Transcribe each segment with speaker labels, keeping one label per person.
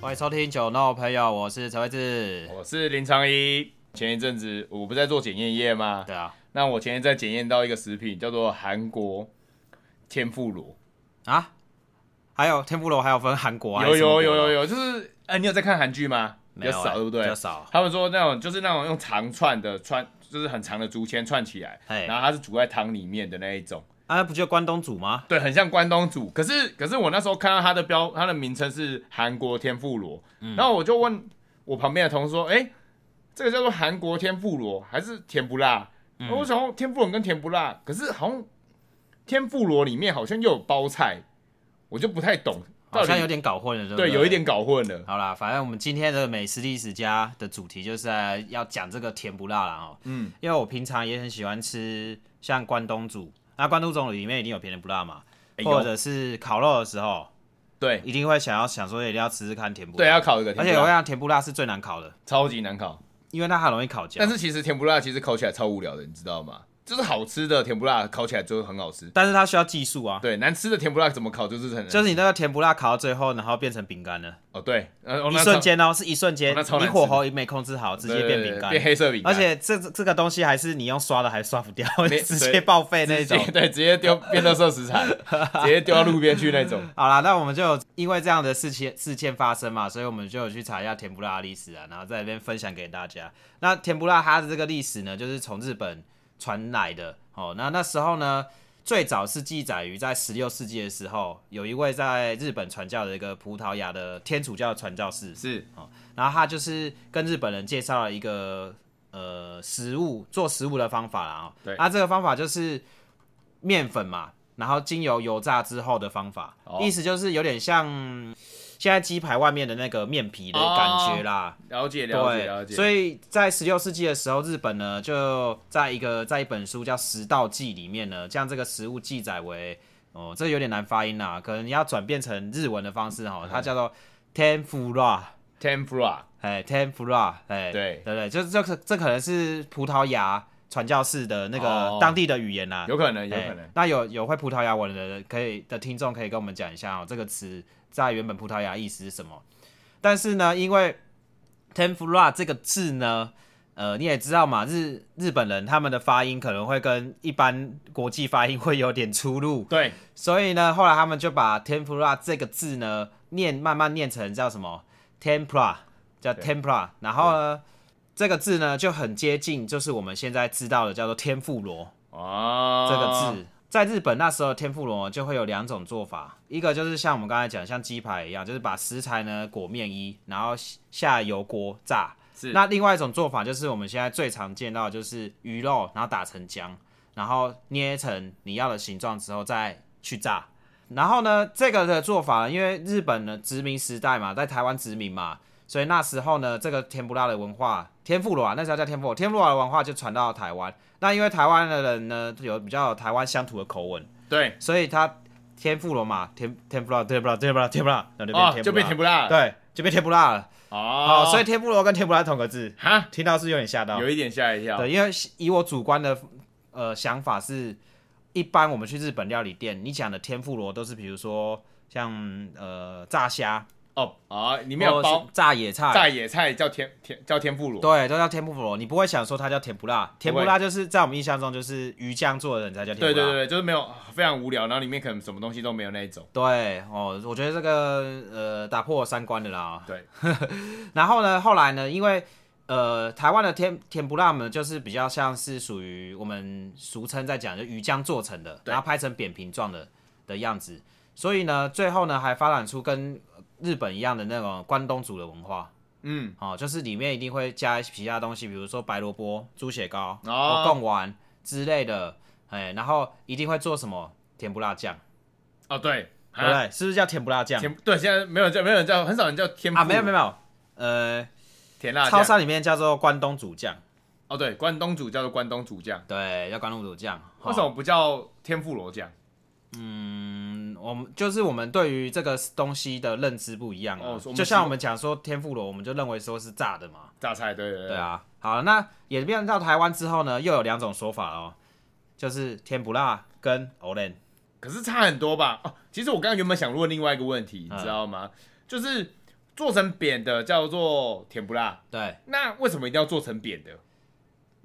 Speaker 1: 欢迎收听《酒肉朋友》，我是陈慧志。
Speaker 2: 我是林长一。前一阵子我不在做检验业吗？
Speaker 1: 对啊，
Speaker 2: 那我前一阵检验到一个食品，叫做韩国天妇罗。
Speaker 1: 啊，还有天妇罗还有分韩国还
Speaker 2: 有
Speaker 1: 是
Speaker 2: 有
Speaker 1: 什么
Speaker 2: 有
Speaker 1: 国
Speaker 2: 有
Speaker 1: 的，
Speaker 2: 有，就是哎、你有在看韩剧吗？比
Speaker 1: 没有
Speaker 2: 较少，
Speaker 1: 欸
Speaker 2: 对不对？
Speaker 1: 比较少
Speaker 2: 他们说那种就是那种用长串的串，就是很长的竹签串起来，
Speaker 1: 嘿
Speaker 2: 然后它是煮在汤里面的那一种。
Speaker 1: 啊，不就关东煮吗？
Speaker 2: 对，很像关东煮。可是可是我那时候看到它的标，它的名称是韩国天妇罗，
Speaker 1: 嗯
Speaker 2: 然后我就问我旁边的同事说：“哎、这个叫做韩国天妇罗还是甜不辣？”
Speaker 1: 嗯
Speaker 2: 然后我想说天妇罗跟甜不辣，可是好像天妇罗里面好像又有包菜，我就不太懂，
Speaker 1: 好
Speaker 2: 到
Speaker 1: 像有
Speaker 2: 底
Speaker 1: 点搞混了，对不
Speaker 2: 对有一。点搞混了。
Speaker 1: 好啦，反正我们今天的美食历史家的主题就是在要讲这个甜不辣啦哦。
Speaker 2: 嗯，
Speaker 1: 因为我平常也很喜欢吃像关东煮，那关东煮里面一定有甜不辣嘛，
Speaker 2: 哎呦
Speaker 1: 或者是烤肉的时候，
Speaker 2: 对
Speaker 1: 一定会想要想说一定要吃吃看甜不
Speaker 2: 对，
Speaker 1: 辣。
Speaker 2: 要烤一个
Speaker 1: 哎而
Speaker 2: 甜
Speaker 1: 且
Speaker 2: 不
Speaker 1: 我
Speaker 2: 辣，
Speaker 1: 想甜不辣是最难烤的，
Speaker 2: 超级难烤。
Speaker 1: 因为它很容易烤焦。
Speaker 2: 但是其实甜不辣其实烤起来超无聊的，你知道吗？就是好吃的甜不辣烤起来就很好吃。
Speaker 1: 但是它需要技术啊，
Speaker 2: 对，难吃的甜不辣怎么烤就是很
Speaker 1: 就是你那个甜不辣烤到最后，然后变成饼干了，
Speaker 2: 哦，对，呃，
Speaker 1: 一瞬间哦，是一瞬间
Speaker 2: 哦那超，
Speaker 1: 你
Speaker 2: 难吃
Speaker 1: 火候一没控制好，直
Speaker 2: 直
Speaker 1: 接变饼干
Speaker 2: 变。黑色饼干，
Speaker 1: 而且这这个东西还是你用刷的还刷不掉，
Speaker 2: 没
Speaker 1: 直接报废那种
Speaker 2: 直接。对，直接丢变垃圾 食材，直接丢到路边去那种。
Speaker 1: 好啦，那我们就有因为这样的事情事件发生嘛，所以我们就有去查一下甜不辣的历史啊，然后在那边分享给大家。那甜不辣它的这个历史呢，就是从日本传来的哦。那那时候呢，最早是记载于在十六世纪的时候，有一位在日本传教的一个葡萄牙的天主教传教士，
Speaker 2: 是，
Speaker 1: 然后他就是跟日本人介绍了一个呃食物做食物的方法啦、哦。
Speaker 2: 对
Speaker 1: 那这个方法就是面粉嘛，然后经由油炸之后的方法，
Speaker 2: 哦
Speaker 1: 意思就是有点像现在鸡排外面的那个面皮的感觉啦。
Speaker 2: 了解哦了解了
Speaker 1: 对，
Speaker 2: 解。
Speaker 1: 所
Speaker 2: 以
Speaker 1: 以在十六世纪的时候，日本呢就在一个在一本书叫《食道记》里面呢，将这个食物记载为哦，这有点难发音啦，可能要转变成日文的方式哦，
Speaker 2: 嗯
Speaker 1: 它叫做天妇罗。
Speaker 2: tempura
Speaker 1: 哎，tempura，哎，
Speaker 2: 对
Speaker 1: 对对，就是这可这可能是葡萄牙传教士的那个
Speaker 2: 哦
Speaker 1: 当地的语言呐、
Speaker 2: 有可能，有
Speaker 1: 哎
Speaker 2: 可能。
Speaker 1: 那有有会葡萄牙文的人可以的听众可以跟我们讲一下哦，这个词在原本葡萄牙意思是什么？但是呢，因为 tempura 这个字呢，呃，你也知道嘛，日日本人他们的发音可能会跟一般国际发音会有点出入，
Speaker 2: 对，
Speaker 1: 所以呢，后来他们就把 tempura 这个字呢念慢慢念成叫什么 tempura，叫 tempura，然后呢，这个字呢就很接近，就是我们现在知道的叫做天妇罗
Speaker 2: 哦，
Speaker 1: 这个字。在日本那时候的天妇罗就会有两种做法，一个就是像我们刚才讲，像鸡排一样，就是把食材呢裹面衣，然后下油锅炸。
Speaker 2: 是
Speaker 1: 那另外一种做法就是我们现在最常见到的就是鱼肉，然后打成浆，然后捏成你要的形状之后再去炸。然后呢，这个的做法呢，因为日本呢殖民时代嘛，在台湾殖民嘛，所以那时候呢，这个甜不辣的文化，天妇罗啊，那时候叫天妇罗，天妇罗的文化就传到台湾。那因为台湾的人呢，有比较有台湾乡土的口吻，
Speaker 2: 对，
Speaker 1: 所以他天妇罗嘛，天天妇罗，天妇罗，天妇罗，天妇罗，那就变
Speaker 2: 哦
Speaker 1: 天，
Speaker 2: 就变甜不辣
Speaker 1: 辣，。对，就变天妇辣了。
Speaker 2: 哦
Speaker 1: 哦，，所以天妇罗跟天不辣是同个字，
Speaker 2: 哈，
Speaker 1: 听到是有点吓到
Speaker 2: 有。一点吓一跳。
Speaker 1: 对，因为以我主观的呃想法是，一般我们去日本料理店，你讲的天妇罗都是比如说像呃炸虾，
Speaker 2: 哦，啊，里面有
Speaker 1: 或者是哎
Speaker 2: 包
Speaker 1: 炸野菜，
Speaker 2: 炸野菜，叫天天叫天妇罗。
Speaker 1: 对，都叫天妇罗，你不会想说它叫甜不辣，甜不辣就是在我们印象中就是鱼酱做的人才叫甜
Speaker 2: 对
Speaker 1: 不辣。
Speaker 2: 对对，就是没有非常无聊，然后里面可能什么东西都没有那一种。
Speaker 1: 对哦，我觉得这个呃打破我三观的啦。
Speaker 2: 对，
Speaker 1: 然后呢，后来呢，因为呃台湾的甜甜不辣呢，就是比较像是属于我们俗称在讲就鱼浆做成的，
Speaker 2: 对
Speaker 1: 然后拍成扁平状的的样子，所以呢，最后呢还发展出跟日本一样的那种关东煮的文化。
Speaker 2: 嗯，
Speaker 1: 哦，就是里面一定会加其他东西，比如说白萝卜、猪血糕、
Speaker 2: 哦
Speaker 1: 或贡丸之类的，哎，然后一定会做什么甜不辣酱，
Speaker 2: 哦对，
Speaker 1: 对不对？是不是叫甜不辣酱
Speaker 2: 甜对，现在没有人叫，没有人叫，很少人叫天妇
Speaker 1: 啊？没有没有没有，呃，
Speaker 2: 甜辣
Speaker 1: 超
Speaker 2: 酱。
Speaker 1: 商里面叫做关东煮酱，
Speaker 2: 哦，对，关东煮叫做关东煮酱，
Speaker 1: 对，叫关东煮酱。哦
Speaker 2: 为什么不叫天妇罗酱？
Speaker 1: 嗯，我们就是我们对于这个东西的认知不一样啊
Speaker 2: 哦我们
Speaker 1: 就像
Speaker 2: 习
Speaker 1: 我们讲说天妇罗，我们就认为说是炸的嘛，
Speaker 2: 榨菜，对对
Speaker 1: 对，啊。好，那演变到台湾之后呢，又有两种说法哦，就是甜不辣跟 olen。
Speaker 2: 可是差很多吧？哦，其实我刚刚原本想问另外一个问题，你
Speaker 1: 嗯
Speaker 2: 知道吗？就是做成扁的叫做甜不辣，
Speaker 1: 对，
Speaker 2: 那为什么一定要做成扁的？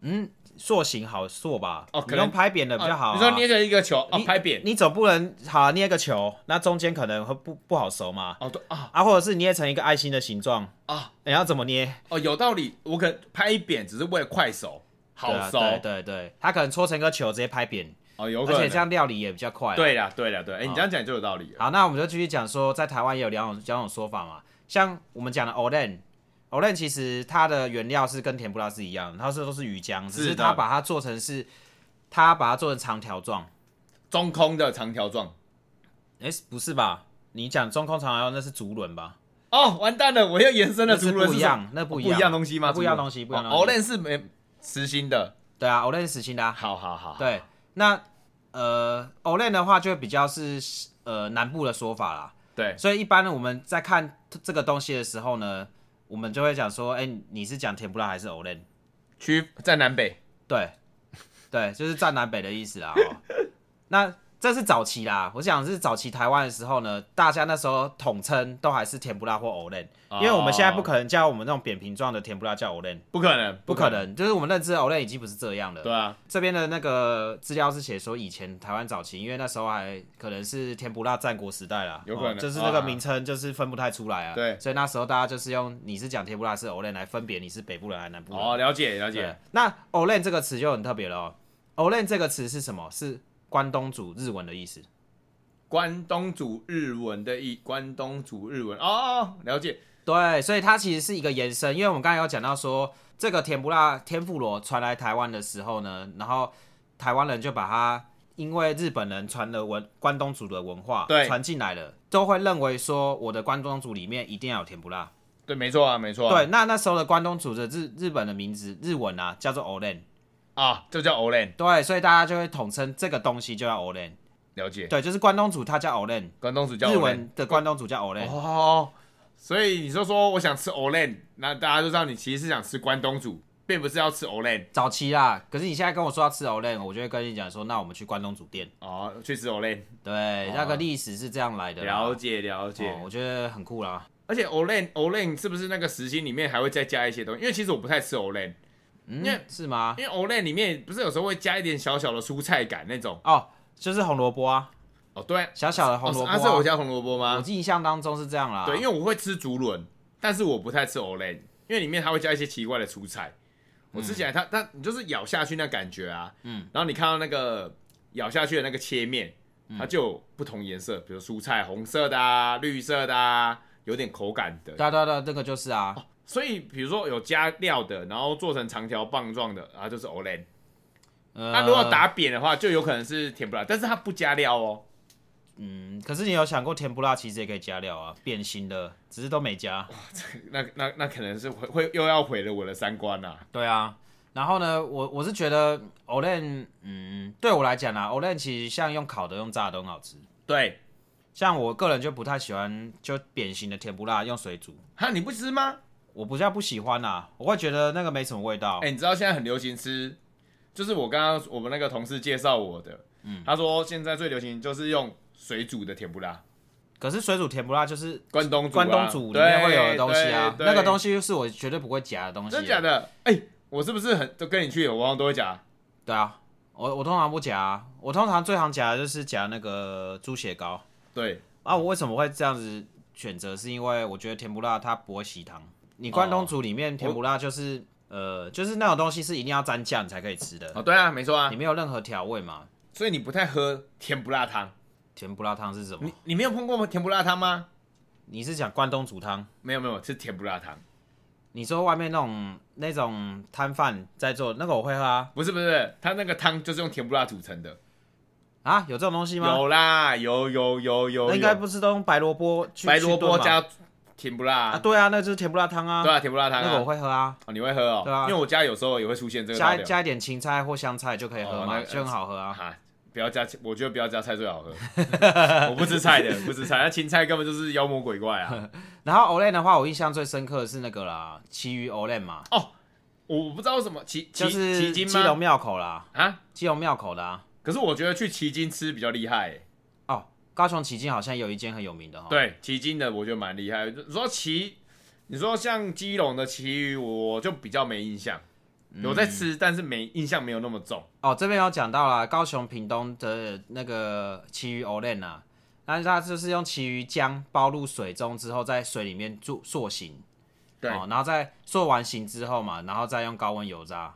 Speaker 1: 嗯，塑形好塑吧，
Speaker 2: 哦
Speaker 1: 你
Speaker 2: 可能
Speaker 1: 用拍扁的比较好啊、
Speaker 2: 你说捏着一个球，哦，
Speaker 1: 你
Speaker 2: 拍扁，
Speaker 1: 你总不能好啊捏个球，那中间可能会不不好熟嘛，
Speaker 2: 哦，对啊
Speaker 1: 啊，或者是捏成一个爱心的形状，
Speaker 2: 啊
Speaker 1: 你要怎么捏？
Speaker 2: 哦，有道理。我可能拍扁只是为了快手，好
Speaker 1: 对啊
Speaker 2: 熟
Speaker 1: 对对对，他可能搓成个球直接拍扁，
Speaker 2: 哦，有
Speaker 1: 而
Speaker 2: 可能。
Speaker 1: 且这样哦料理也比较快、，啊
Speaker 2: 对啦，对啦，对，哎，你这样讲就有道理了。
Speaker 1: 好，那我们就继续讲说，在台湾也有两种两种说法嘛，像我们讲的 olen，olen 其实它的原料是跟甜不辣是一样的，它是都是鱼浆，只
Speaker 2: 是
Speaker 1: 是
Speaker 2: 的
Speaker 1: 它把它做成是，它把它做成长条状，
Speaker 2: 中空的长条状。
Speaker 1: 哎、不是吧？你讲中空长条那是竹轮吧？
Speaker 2: 哦，完蛋了，我又延伸了
Speaker 1: 那
Speaker 2: 竹
Speaker 1: 是
Speaker 2: 轮
Speaker 1: 不
Speaker 2: 是
Speaker 1: 一
Speaker 2: 什么哦
Speaker 1: 样，那不
Speaker 2: 不
Speaker 1: 一样，
Speaker 2: 一样东西吗？
Speaker 1: 不一样东西，不一样东西。
Speaker 2: 哦 Olen 是没实心的。
Speaker 1: 对啊，Olen 是死心的、啊。
Speaker 2: 好好好，
Speaker 1: 对，那呃，Olen 的话就比较是呃南部的说法啦，
Speaker 2: 对，
Speaker 1: 所以一般呢我们在看这个东西的时候呢，我们就会讲说，哎、你是讲甜不辣还是 Olen？
Speaker 2: 区在南北。
Speaker 1: 对，对，就是占南北的意思啦。 哦、那这是早期啦，我想是早期台湾的时候呢，大家那时候统称都还是甜不辣或 Olen，因为我们现在不可能叫我们那种扁平状的甜不辣叫 Olen，
Speaker 2: 哦不可能，
Speaker 1: 不可。能，就是我们认知的 Olen 已经不是这样了。
Speaker 2: 对啊，
Speaker 1: 这边的那个资料是写说，以前台湾早期，因为那时候还可能是甜不辣战国时代啦，
Speaker 2: 有可能
Speaker 1: 哦就是那个
Speaker 2: 啊
Speaker 1: 名称就是分不太出来啊。
Speaker 2: 对
Speaker 1: 所以那时候大家就是用你是讲甜不辣是 Olen 来分别你是北部人还是南部人。
Speaker 2: 哦，了解了
Speaker 1: 对
Speaker 2: 解。，
Speaker 1: 那 Olen 这个词就很特别了哦。Olen 这个词是什么？是关东煮日文的意思。
Speaker 2: 关东煮日文的意，关东煮日文哦哦，了解。
Speaker 1: 对，所以它其实是一个延伸，因为我们刚才有讲到说，这个甜不辣天妇罗传来台湾的时候呢，然后台湾人就把它，因为日本人传了文关东煮的文化
Speaker 2: 对
Speaker 1: 传进来了，都会认为说我的关东煮里面一定要有甜不辣。
Speaker 2: 对，没错啊，没错啊。
Speaker 1: 对，那那时候的关东煮的日日本的名字日文啊叫做 Olen，
Speaker 2: 啊，就叫 Olen，
Speaker 1: 对，所以大家就会统称这个东西就叫 Olen，
Speaker 2: 了解。
Speaker 1: 对，就是关东煮它叫 Olen，
Speaker 2: 关东煮叫 Olen
Speaker 1: 日文的关东煮叫 Olen，、
Speaker 2: 哦，所以你就说我想吃 Olen，那大家就知道你其实是想吃关东煮，并不是要吃 Olen
Speaker 1: 早期啦，可是你现在跟我说要吃 Olen，我就会跟你讲说，那我们去关东煮店。
Speaker 2: 哦，去吃 Olen。
Speaker 1: 对，那个历史是这样来的啦。
Speaker 2: 哦了解了解，
Speaker 1: 哦，我觉得很酷啦。
Speaker 2: 而且 Olen Olen 是不是那个时心里面还会再加一些东西？因为其实我不太吃 Olen，
Speaker 1: 嗯
Speaker 2: 因为，
Speaker 1: 是吗？
Speaker 2: 因为 Olen 里面不是有时候会加一点小小的蔬菜感那种。
Speaker 1: 哦，就是红萝卜啊，
Speaker 2: 哦，对，
Speaker 1: 小小的红萝卜、
Speaker 2: 哦是啊、是我加红萝卜
Speaker 1: 我
Speaker 2: 吗？
Speaker 1: 印象当中是这样啦。
Speaker 2: 对，因为我会吃竹轮，但是我不太吃 Olen，因为里面它会加一些奇怪的蔬菜。我吃起来它它你就是咬下去那感觉啊，
Speaker 1: 嗯，
Speaker 2: 然后你看到那个咬下去的那个切面，它就有不同颜色，比如蔬菜红色的啊、绿色的啊，有点口感的。
Speaker 1: 对啊对啊对啊，这个就是啊。
Speaker 2: 所以比如说有加料的，然后做成长条棒状的，然后就是 Olen。
Speaker 1: 呃，
Speaker 2: 那、如果打扁的话，就有可能是甜不辣，但是它不加料哦。
Speaker 1: 嗯，可是你有想过甜不辣其实也可以加料啊，变心的，只是都没加。
Speaker 2: 那那那可能是会会又要毁了我的三观啦、
Speaker 1: 对啊，然后呢，我我是觉得 Olen，嗯，对我来讲啊，Olen 其实像用烤的、用炸的都很好吃。
Speaker 2: 对，
Speaker 1: 像我个人就不太喜欢，就典型的甜不辣用水煮，
Speaker 2: 哈，你不吃吗？
Speaker 1: 我不叫不喜欢啦、我会觉得那个没什么味道。
Speaker 2: 哎、你知道现在很流行吃，就是我刚刚我们那个同事介绍我的，嗯，他说现在最流行就是用水煮的甜不辣，
Speaker 1: 可是水煮甜不辣就是
Speaker 2: 关东煮、啊、
Speaker 1: 关东煮里面会有的东西啊，那个东
Speaker 2: 西，
Speaker 1: 西是我绝对不会夹的东西、啊
Speaker 2: 真假
Speaker 1: 的？
Speaker 2: 的？哎、我是不是很都跟你去，我往往都会夹
Speaker 1: 对啊，我我通常不夹、啊，我通常最常夹的就是夹那个猪血糕
Speaker 2: 对
Speaker 1: 啊。我为什么会这样子选择？是因为我觉得甜不辣它不会吸汤。你关东煮里面甜不辣就是、呃，就是那种东西是一定要沾酱才可以吃的，
Speaker 2: 哦，对啊，没错啊
Speaker 1: 你，没有任何调味嘛。
Speaker 2: 所以你不太喝甜不辣
Speaker 1: 哦
Speaker 2: 汤，
Speaker 1: 甜不辣汤是什么
Speaker 2: 你？你没有碰过甜不辣汤吗？
Speaker 1: 你是讲关东煮汤？
Speaker 2: 没有没有，是甜不辣汤，
Speaker 1: 你说外面那种那种摊贩在做那个我会喝啊
Speaker 2: 不是不是，它那个汤就是用甜不辣煮成的，
Speaker 1: 啊，有这种东西吗？
Speaker 2: 有啦，有有有有，
Speaker 1: 那应
Speaker 2: 有
Speaker 1: 该不是都用白萝卜去
Speaker 2: 白萝卜
Speaker 1: 去炖吗
Speaker 2: 加甜不辣
Speaker 1: 啊？
Speaker 2: 啊，
Speaker 1: 对啊，那就是甜不辣汤啊。
Speaker 2: 对啊，甜不辣汤
Speaker 1: 那个
Speaker 2: 啊
Speaker 1: 我。会喝啊，
Speaker 2: 哦，你会喝哦？
Speaker 1: 对啊
Speaker 2: 因为我家有时候也会出现这个
Speaker 1: 加
Speaker 2: 料
Speaker 1: 加一点芹菜或香菜就可以喝
Speaker 2: 哦
Speaker 1: 嘛，
Speaker 2: 那个
Speaker 1: 就很好喝啊。
Speaker 2: 啊，不要加，我觉得不要加菜最好喝。 我不吃菜的，不吃菜，那芹菜根本就是妖魔鬼怪啊！
Speaker 1: 然后 Olen 的话，我印象最深刻的是那个啦，奇鱼 Olen 嘛，
Speaker 2: 我不知道什么奇
Speaker 1: 就
Speaker 2: 奇
Speaker 1: 是
Speaker 2: 奇经
Speaker 1: 基隆
Speaker 2: 吗？
Speaker 1: 庙口啦，
Speaker 2: 啊，
Speaker 1: 基隆庙口的啊。
Speaker 2: 可是我觉得去奇经吃比较厉害欸。
Speaker 1: 哦，高雄旗津好像有一间很有名的哈。，哦
Speaker 2: 对，旗津的我觉得蛮厉害。你说旗，你说像基隆的旗鱼，我就比较没印象，
Speaker 1: 嗯
Speaker 2: 有在吃，但是没印象没有那么重。
Speaker 1: 哦，这边有讲到啦，高雄、屏东的那个旗鱼 olen 啊，但是它就是用旗鱼浆包入水中之后，在水里面做塑形，
Speaker 2: 对，
Speaker 1: 哦，然后再塑完形之后嘛，然后再用高温油炸，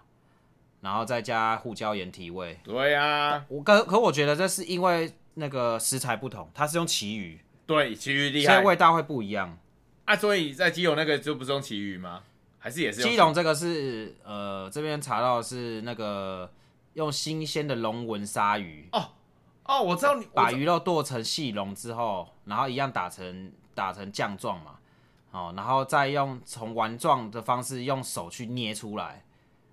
Speaker 1: 然后再加胡椒盐提味。
Speaker 2: 对啊，
Speaker 1: 我可可我觉得这是因为那个食材不同，它是用旗鱼，
Speaker 2: 对，旗鱼厉
Speaker 1: 所以
Speaker 2: 害
Speaker 1: 味道会不一样。
Speaker 2: 啊。所以在基隆那个就不是用旗鱼吗？还是也是用
Speaker 1: 基隆这个是呃，这边查到的是那个用新鲜的龙纹鲨鱼，
Speaker 2: 哦，我知道你我
Speaker 1: 把
Speaker 2: 知
Speaker 1: 鱼肉剁成细蓉之后，然后一样打成打成酱状嘛，哦，然后再用从丸状的方式用手去捏出来，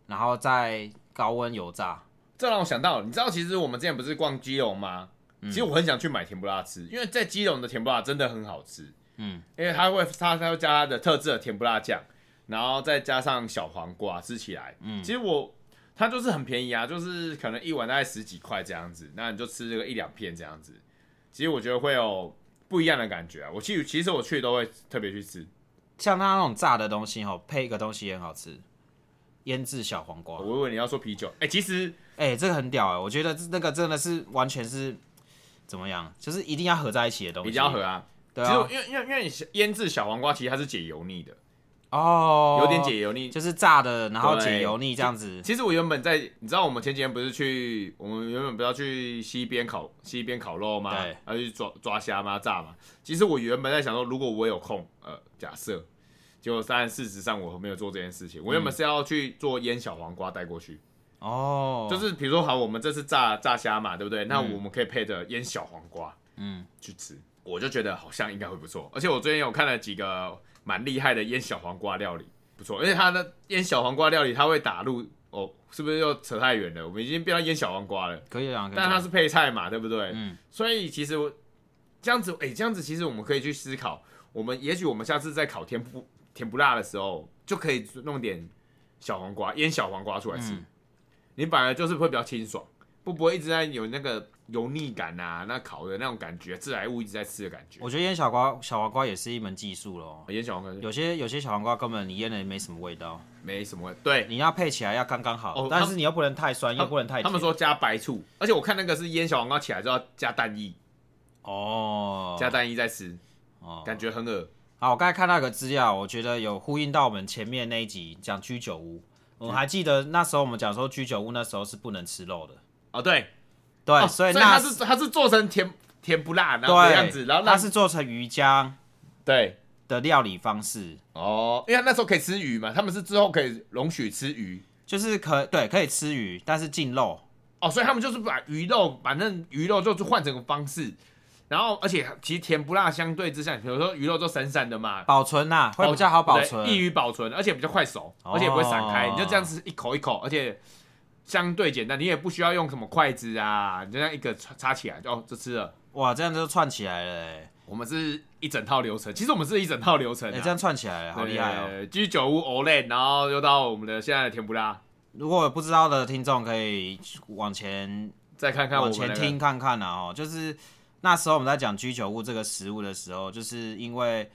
Speaker 1: 然后再高温油炸。
Speaker 2: 这让我想到，你知道其实我们之前不是逛基隆吗？
Speaker 1: 嗯
Speaker 2: 其实我很想去买甜不辣吃，因为在基隆的甜不辣真的很好吃。
Speaker 1: 嗯，
Speaker 2: 因为它会它它会加它的特制的甜不辣酱，然后再加上小黄瓜吃起来，嗯，其实我它就是很便宜啊，就是可能一碗大概十几块这样子，那你就吃这个一两片这样子，其实我觉得会有不一样的感觉啊。我去，其实我去都会特别去吃，
Speaker 1: 像它那种炸的东西哦，配一个东西也很好吃，腌制小黄瓜。
Speaker 2: 我以为你要说啤酒，哎、其实
Speaker 1: 哎、这个很屌哎、我觉得那个真的是完全是怎么样，就是一定要合在一起的东西。
Speaker 2: 比较合啊。
Speaker 1: 对
Speaker 2: 其实
Speaker 1: 啊
Speaker 2: 我，因为因为因为你腌制小黄瓜，其实它是解油腻的，
Speaker 1: 哦，
Speaker 2: 有点解油腻。
Speaker 1: 就是炸的，然后解
Speaker 2: 对
Speaker 1: 油腻这样子。
Speaker 2: 其实我原本在，你知道我们前几天不是去，我们原本不是要去西边烤西边烤肉吗？
Speaker 1: 对
Speaker 2: 然后去抓抓虾吗？炸吗？其实我原本在想说，如果我有空，呃，假设，结果当然事实上我没有做这件事情。我原本是要去做腌小黄瓜带过去，
Speaker 1: 哦，
Speaker 2: 就是比如说好，我们这次炸炸虾嘛，对不对？那我们可以配着腌小黄瓜，
Speaker 1: 嗯，
Speaker 2: 去吃，我就觉得好像应该会不错。而且我最近有看了几个蛮厉害的腌小黄瓜料理，不错。而且它的腌小黄瓜料理，它会打入哦，是不是又扯太远了？我们已经变到腌小黄瓜了，
Speaker 1: 可以啊，可以
Speaker 2: 但它是配菜嘛，对不对？
Speaker 1: 嗯，
Speaker 2: 所以其实我这样子，哎、这样子其实我们可以去思考，我们也许我们下次在烤甜不甜不辣的时候，就可以弄点小黄瓜腌小黄瓜出来吃，
Speaker 1: 嗯
Speaker 2: 你反而就是会比较清爽，不不会一直在有那个油腻感啊，那烤的那种感觉，致癌物一直在吃的感觉。哦
Speaker 1: 我觉得腌小瓜小黄瓜也是一门技术咯。
Speaker 2: 腌小黄瓜
Speaker 1: 有些有些小黄瓜根本你腌的没什么味道，
Speaker 2: 没什么，对，
Speaker 1: 你要配起来要刚刚好，
Speaker 2: 哦
Speaker 1: 但
Speaker 2: 他
Speaker 1: 是你又不能太酸，又不能太甜。
Speaker 2: 他们说加白醋，而且我看那个是腌小黄瓜起来之后加蛋液，
Speaker 1: 哦，
Speaker 2: 加蛋液再吃，
Speaker 1: 哦，
Speaker 2: 感觉很恶。
Speaker 1: 好，我刚才看到一个资料，我觉得有呼应到我们前面那一集讲居酒屋。
Speaker 2: 嗯
Speaker 1: 我还记得那时候我们讲说居酒屋那时候是不能吃肉的，
Speaker 2: 哦，对，
Speaker 1: 对，
Speaker 2: 哦
Speaker 1: 所以那
Speaker 2: 它是它是做成甜甜不辣然后
Speaker 1: 对
Speaker 2: 的样子，然后
Speaker 1: 它
Speaker 2: 让
Speaker 1: 是做成鱼浆
Speaker 2: 对
Speaker 1: 的料理方式，
Speaker 2: 哦，因为他那时候可以吃鱼嘛，他们是之后可以容许吃鱼
Speaker 1: 就是可对可以吃鱼，但是禁肉。
Speaker 2: 哦，所以他们就是把鱼肉，反正鱼肉就是换成个方式，然后而且其实甜不辣相对之下，比如说鱼肉就散散的嘛，
Speaker 1: 保存呐、会比较好保存。
Speaker 2: 哦对易于保存，而且比较快熟，
Speaker 1: 哦
Speaker 2: 而且也不会散开，你就这样吃一口一口，而且相对简单，你也不需要用什么筷子啊，你就这样一个插插起来就哦就吃了。
Speaker 1: 哇，这样就串起来了、欸，
Speaker 2: 我们是一整套流程，其实我们是一整套流程、
Speaker 1: 哎、
Speaker 2: 啊，
Speaker 1: 这样串起来了，好厉害哦、
Speaker 2: 对！居酒屋 Olay，然后又到我们的现在的甜不辣，
Speaker 1: 如果有不知道的听众可以往前
Speaker 2: 再看看我
Speaker 1: 往
Speaker 2: 们那
Speaker 1: 前
Speaker 2: 个
Speaker 1: 听看看啊，哦，就是那时候我们在讲居酒屋这个食物的时候，就是因为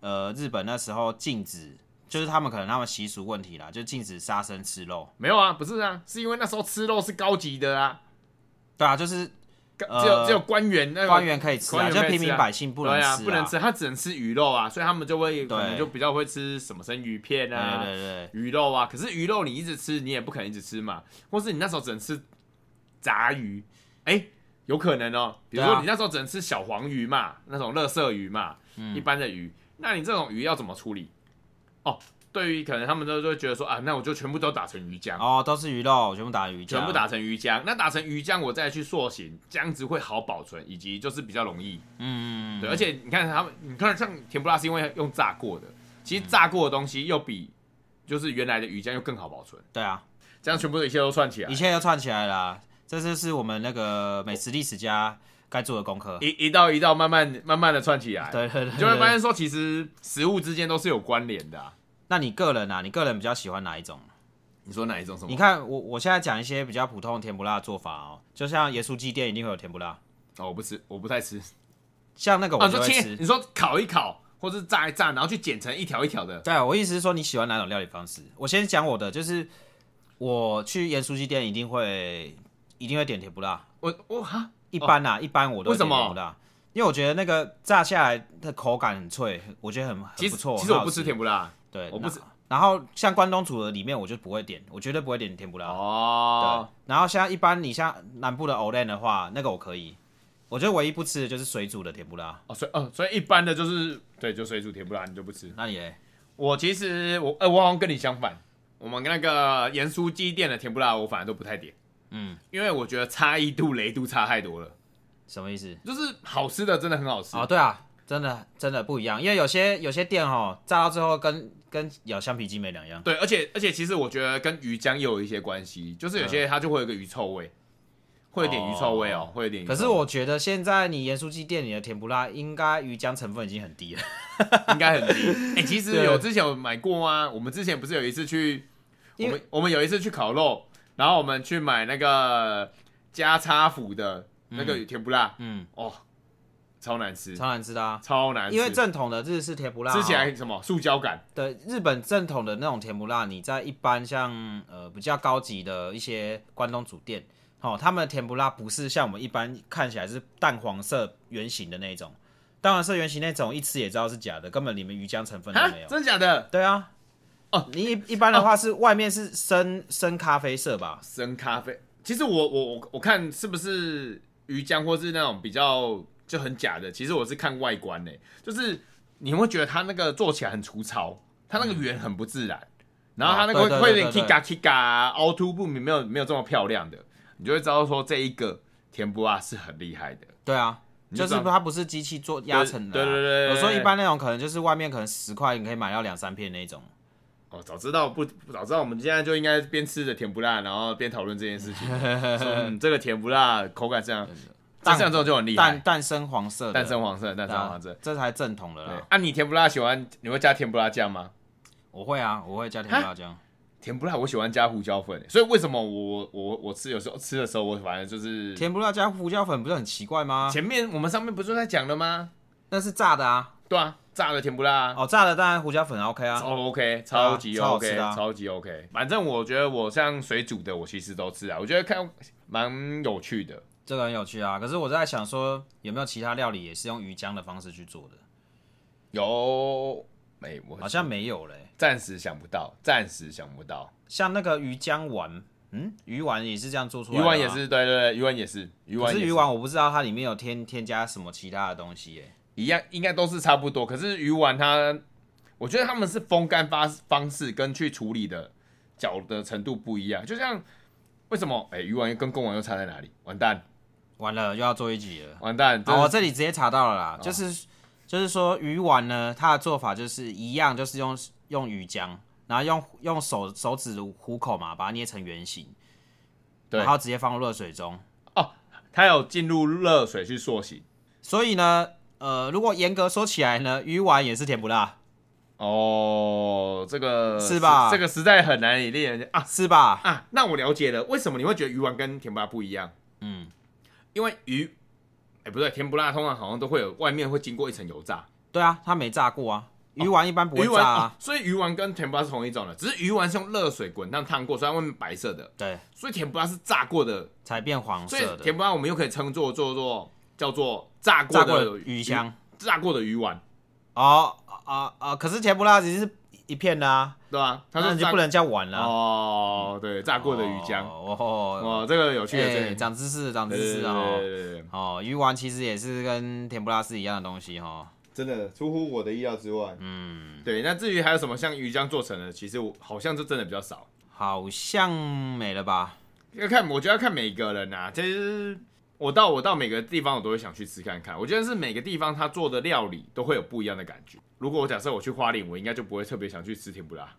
Speaker 1: 呃日本那时候禁止，就是他们可能他们习俗问题啦，就禁止杀生吃肉。
Speaker 2: 没有啊，不是啊，是因为那时候吃肉是高级的啊，
Speaker 1: 对啊，就是
Speaker 2: 高
Speaker 1: 呃
Speaker 2: 只有、只有官员那个
Speaker 1: 官员可以吃啊，
Speaker 2: 官员
Speaker 1: 就
Speaker 2: 可以
Speaker 1: 平
Speaker 2: 吃
Speaker 1: 民
Speaker 2: 啊
Speaker 1: 百姓不能吃、
Speaker 2: 对
Speaker 1: 啊
Speaker 2: 啊，不能吃，他只能吃鱼肉啊，所以他们就会可能
Speaker 1: 对
Speaker 2: 就比较会吃什么生鱼片
Speaker 1: 哎对
Speaker 2: 啊、
Speaker 1: 对对，
Speaker 2: 鱼肉啊。可是鱼肉你一直吃，你也不可能一直吃嘛，或是你那时候只能吃炸鱼，哎、有可能哦。比如
Speaker 1: 对
Speaker 2: 说
Speaker 1: 啊
Speaker 2: 你那时候只能吃小黄鱼嘛，那种乐色鱼嘛，
Speaker 1: 嗯
Speaker 2: 一般的鱼，那你这种鱼要怎么处理？哦，对于可能他们都就会觉得说啊，那我就全部都打成鱼浆。
Speaker 1: 哦，都是鱼肉，全部打鱼，
Speaker 2: 全部打，成鱼浆，那打成鱼浆，我再去塑形，这样子会好保存，以及就是比较容易。
Speaker 1: 嗯，
Speaker 2: 对，而且你看他们，你看像甜不辣是因为用炸过的，其实炸过的东西又比就是原来的鱼浆又更好保存，
Speaker 1: 对啊，
Speaker 2: 这样全部的一切都串起来
Speaker 1: 一，切都串起来了啊，这就是我们那个美食历史家该做的功课。
Speaker 2: 一一道一道慢慢慢慢的串起来，，
Speaker 1: 对对对，
Speaker 2: 你就会
Speaker 1: 对
Speaker 2: 发现说其实食物之间都是有关联的啊、
Speaker 1: 那你个人啊，你个人比较喜欢哪一种？
Speaker 2: 你说哪一种什
Speaker 1: 你
Speaker 2: 么？
Speaker 1: 看我我现在讲一些比较普通的甜不辣的做法哦，就像盐酥鸡店一定会有甜不辣，
Speaker 2: 哦，我不吃，我不太吃，
Speaker 1: 像那个我
Speaker 2: 啊，
Speaker 1: 就
Speaker 2: 说
Speaker 1: 会
Speaker 2: 切，
Speaker 1: 吃。
Speaker 2: 你说烤一烤，或是炸一炸，然后去剪成一条一条的。
Speaker 1: 对啊，我意思是说你喜欢哪种料理方式？我先讲我的，就是我去盐酥鸡店一定会一定会点甜不辣，
Speaker 2: 我我哈，
Speaker 1: 一般啦、一般我都会
Speaker 2: 哦为什
Speaker 1: 点
Speaker 2: 么
Speaker 1: 甜不辣，因为我觉得那个炸下来的口感很脆，我觉得很
Speaker 2: 其
Speaker 1: 很不
Speaker 2: 实
Speaker 1: 错。
Speaker 2: 其实
Speaker 1: 很
Speaker 2: 我
Speaker 1: 好
Speaker 2: 不吃甜不辣。
Speaker 1: 对，
Speaker 2: 我不
Speaker 1: 那
Speaker 2: 吃。
Speaker 1: 然后像关东煮的里面，我就不会点，我绝对不会点甜不辣。
Speaker 2: 哦，
Speaker 1: 对，然后像一般你像南部的 o l e n 的话，那个我可以。我觉得唯一不吃的就是水煮的甜不辣。
Speaker 2: 哦，所以哦，所以一般的就是对，就水煮甜不辣你就不吃。
Speaker 1: 那你嘞？
Speaker 2: 我其实我呃，我好像跟你相反，我们那个盐酥鸡店的甜不辣我反而都不太点，
Speaker 1: 嗯，
Speaker 2: 因为我觉得差异度雷度差太多了。
Speaker 1: 什么意思？
Speaker 2: 就是好吃的真的很好吃
Speaker 1: 哦，对啊，真的真的不一样，因为有些有些店哦，炸到最后跟跟咬橡皮筋没两样。
Speaker 2: 对，而且而且其实我觉得跟鱼浆也有一些关系，就是有些
Speaker 1: 嗯
Speaker 2: 它就会有一个鱼臭味，会有点鱼臭味哦，会有点鱼臭
Speaker 1: 可
Speaker 2: 味。
Speaker 1: 是我觉得现在你盐酥鸡店里的甜不辣，应该鱼浆成分已经很低了。
Speaker 2: 应该很低。哎、其实
Speaker 1: 对
Speaker 2: 有之前有买过啊，我们之前不是有一次去，我
Speaker 1: 因为
Speaker 2: 们我们有一次去烤肉，然后我们去买那个加叉府的那个甜不辣，
Speaker 1: 嗯，
Speaker 2: 哦，超难吃，超
Speaker 1: 超难吃的啊，
Speaker 2: 难吃。
Speaker 1: 因为正统的日式甜不辣、
Speaker 2: 吃起来什么塑胶感，
Speaker 1: 对，日本正统的那种甜不辣，你在一般像呃比较高级的一些关东煮店，哦，他们的甜不辣不是像我们一般看起来是淡黄色圆形的那种，淡黄色圆形那种一吃也知道是假的，根本里面鱼浆成分都
Speaker 2: 啊
Speaker 1: 没有，。
Speaker 2: 真的假的？
Speaker 1: 对啊，
Speaker 2: 哦，
Speaker 1: 你一一般的话是外面是深深咖啡色吧？
Speaker 2: 生咖啡，其实我我我我看是不是鱼浆或是那种比较就很假的，其实我是看外观呢、就是你会觉得它那个做起来很粗糙，它那个圆很不自然，然后它那个
Speaker 1: 啊
Speaker 2: 会、
Speaker 1: 对对
Speaker 2: 会
Speaker 1: 对
Speaker 2: 有点
Speaker 1: 对
Speaker 2: kika kika 啊凹凸不明，没有没有这么漂亮的，你就会知道说这一个甜不辣是很厉害的。
Speaker 1: 对啊，
Speaker 2: 就
Speaker 1: 就是
Speaker 2: 知道
Speaker 1: 它不是机器做压成的、啊。
Speaker 2: 对对对对对
Speaker 1: 我说一般那种可能就是外面可能十块你可以买到两三片那种。
Speaker 2: 哦，早知道不早知道，我们现在就应该边吃着甜不辣，然后边讨论这 件事情。说嗯，这个甜不辣口感这样，这样之后就很厉害
Speaker 1: 淡。淡深黄色的，
Speaker 2: 蛋生黄色，蛋
Speaker 1: 对
Speaker 2: 生
Speaker 1: 啊
Speaker 2: 黄色。
Speaker 1: 这才正统的
Speaker 2: 对
Speaker 1: 啦。
Speaker 2: 啊，你甜不辣喜欢你会加甜不辣酱吗？
Speaker 1: 我会啊，我会加甜不辣酱。
Speaker 2: 甜不辣我喜欢加胡椒粉，欸所以为什么我我我吃有时候吃的时候，我反正就是
Speaker 1: 甜不辣加胡椒粉不是很奇怪吗？
Speaker 2: 前面我们上面不是在讲了吗？
Speaker 1: 那是炸的啊，
Speaker 2: 对啊，炸的甜不辣啊、
Speaker 1: 哦，炸的当然胡椒粉 OK 啊。
Speaker 2: 超 OK，超级
Speaker 1: 超好
Speaker 2: OK，、
Speaker 1: 吃的啊
Speaker 2: 超级 OK。反正我觉得我像水煮的，我其实都吃啊，我觉得看蛮有趣的。
Speaker 1: 这个很有趣啊。可是我在想说，有没有其他料理也是用鱼浆的方式去做的？
Speaker 2: 有没、我
Speaker 1: 好像没有嘞。
Speaker 2: 暂时想不到，暂时想不到。
Speaker 1: 像那个鱼浆丸，嗯，鱼丸也是这样做出来
Speaker 2: 鱼
Speaker 1: 的吗
Speaker 2: 丸也，是，对对对，鱼丸也是，鱼
Speaker 1: 可
Speaker 2: 丸也
Speaker 1: 是
Speaker 2: 是
Speaker 1: 鱼丸我不知道它里面有添添加什么其他的东西耶。
Speaker 2: 一样，应该都是差不多。可是鱼丸它，我觉得他们是风干发方式跟去处理的搅的程度不一样。就像为什么哎、鱼丸跟贡丸又差在哪里？完蛋，
Speaker 1: 完了又要做一集了。
Speaker 2: 完蛋！
Speaker 1: 好，我
Speaker 2: 这
Speaker 1: 哦这里直接查到了
Speaker 2: 哦
Speaker 1: 啦，就是就是说鱼丸呢，它的做法就是一样，就是用用鱼浆，然后用用手手指虎口嘛，把它捏成圆形，
Speaker 2: 对
Speaker 1: 然后直接放入热水中。
Speaker 2: 它有进入热水去塑形
Speaker 1: 所以呢，呃，如果严格说起来呢，鱼丸也是甜不辣，
Speaker 2: 哦，这个
Speaker 1: 是吧
Speaker 2: 这个实在很难以令人啊
Speaker 1: 是吧？
Speaker 2: 啊！那我了解了，为什么你会觉得鱼丸跟甜不辣不一样？
Speaker 1: 嗯，
Speaker 2: 因为鱼，哎、不对，甜不辣通常好像都会有外面会经过一层油炸，
Speaker 1: 对啊，它没炸过啊，鱼丸一般不会
Speaker 2: 哦鱼
Speaker 1: 炸
Speaker 2: 丸、
Speaker 1: 啊
Speaker 2: 哦，所以鱼丸跟甜不辣是同一种的，只是鱼丸是用热水滚烫烫过，所以它外面白色的，
Speaker 1: 对，
Speaker 2: 所以甜不辣是炸过的，
Speaker 1: 才变黄
Speaker 2: 所以
Speaker 1: 色的
Speaker 2: 甜。不辣我们又可以称作做做叫做炸过
Speaker 1: 炸过
Speaker 2: 的
Speaker 1: 的鱼香，
Speaker 2: 炸过的鱼丸，
Speaker 1: 哦啊啊！可是甜不辣只是一片的啊，
Speaker 2: 对吧？他
Speaker 1: 那
Speaker 2: 说
Speaker 1: 你就
Speaker 2: 炸
Speaker 1: 不能叫丸了。啊
Speaker 2: 哦，对，炸过的鱼浆，
Speaker 1: 哦哦，
Speaker 2: 哦，这个有趣的，这个
Speaker 1: 哎
Speaker 2: 有趣
Speaker 1: 长知识，长知
Speaker 2: 对对
Speaker 1: 识
Speaker 2: 对
Speaker 1: 哦。
Speaker 2: 对对对
Speaker 1: 哦，鱼丸其实也是跟甜不辣是一样的东西哦。
Speaker 2: 真的出乎我的意料之外。嗯，对。那至于还有什么像鱼浆做成的，其实我好像就真的比较少。
Speaker 1: 好像没了吧？
Speaker 2: 要看，我觉得要看每个人呐、啊。其实我到我到每个地方，我都会想去吃看看。我觉得是每个地方他做的料理都会有不一样的感觉。如果我假设我去花莲，我应该就不会特别想去吃甜不辣。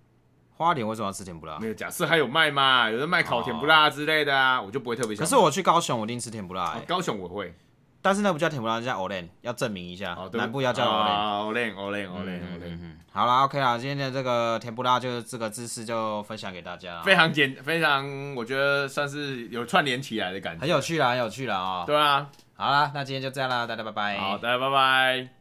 Speaker 1: 花莲为什么要吃甜不辣
Speaker 2: 没？有，假设还有卖嘛，有人卖烤甜不辣之类的啊，我就不会特别想
Speaker 1: 可
Speaker 2: 买。
Speaker 1: 是我去高雄，我一定吃甜不辣
Speaker 2: 哦
Speaker 1: 哎。
Speaker 2: 高雄我会，
Speaker 1: 但是那不叫甜不辣，叫 olen，要证明一下
Speaker 2: 哦，，对
Speaker 1: 南部要叫 olen。
Speaker 2: 啊，olen
Speaker 1: 嗯
Speaker 2: olen olen
Speaker 1: 嗯
Speaker 2: olen，
Speaker 1: 嗯，好啦 o k 啦，今天的这个甜不辣就这个知识就分享给大家啦，
Speaker 2: 非常简，非常我觉得算是有串联起来的感觉，
Speaker 1: 很有趣啦，很有趣啦啊。
Speaker 2: 对啊，
Speaker 1: 好啦，那今天就这样啦，大家拜拜。哎
Speaker 2: 好，大家拜拜。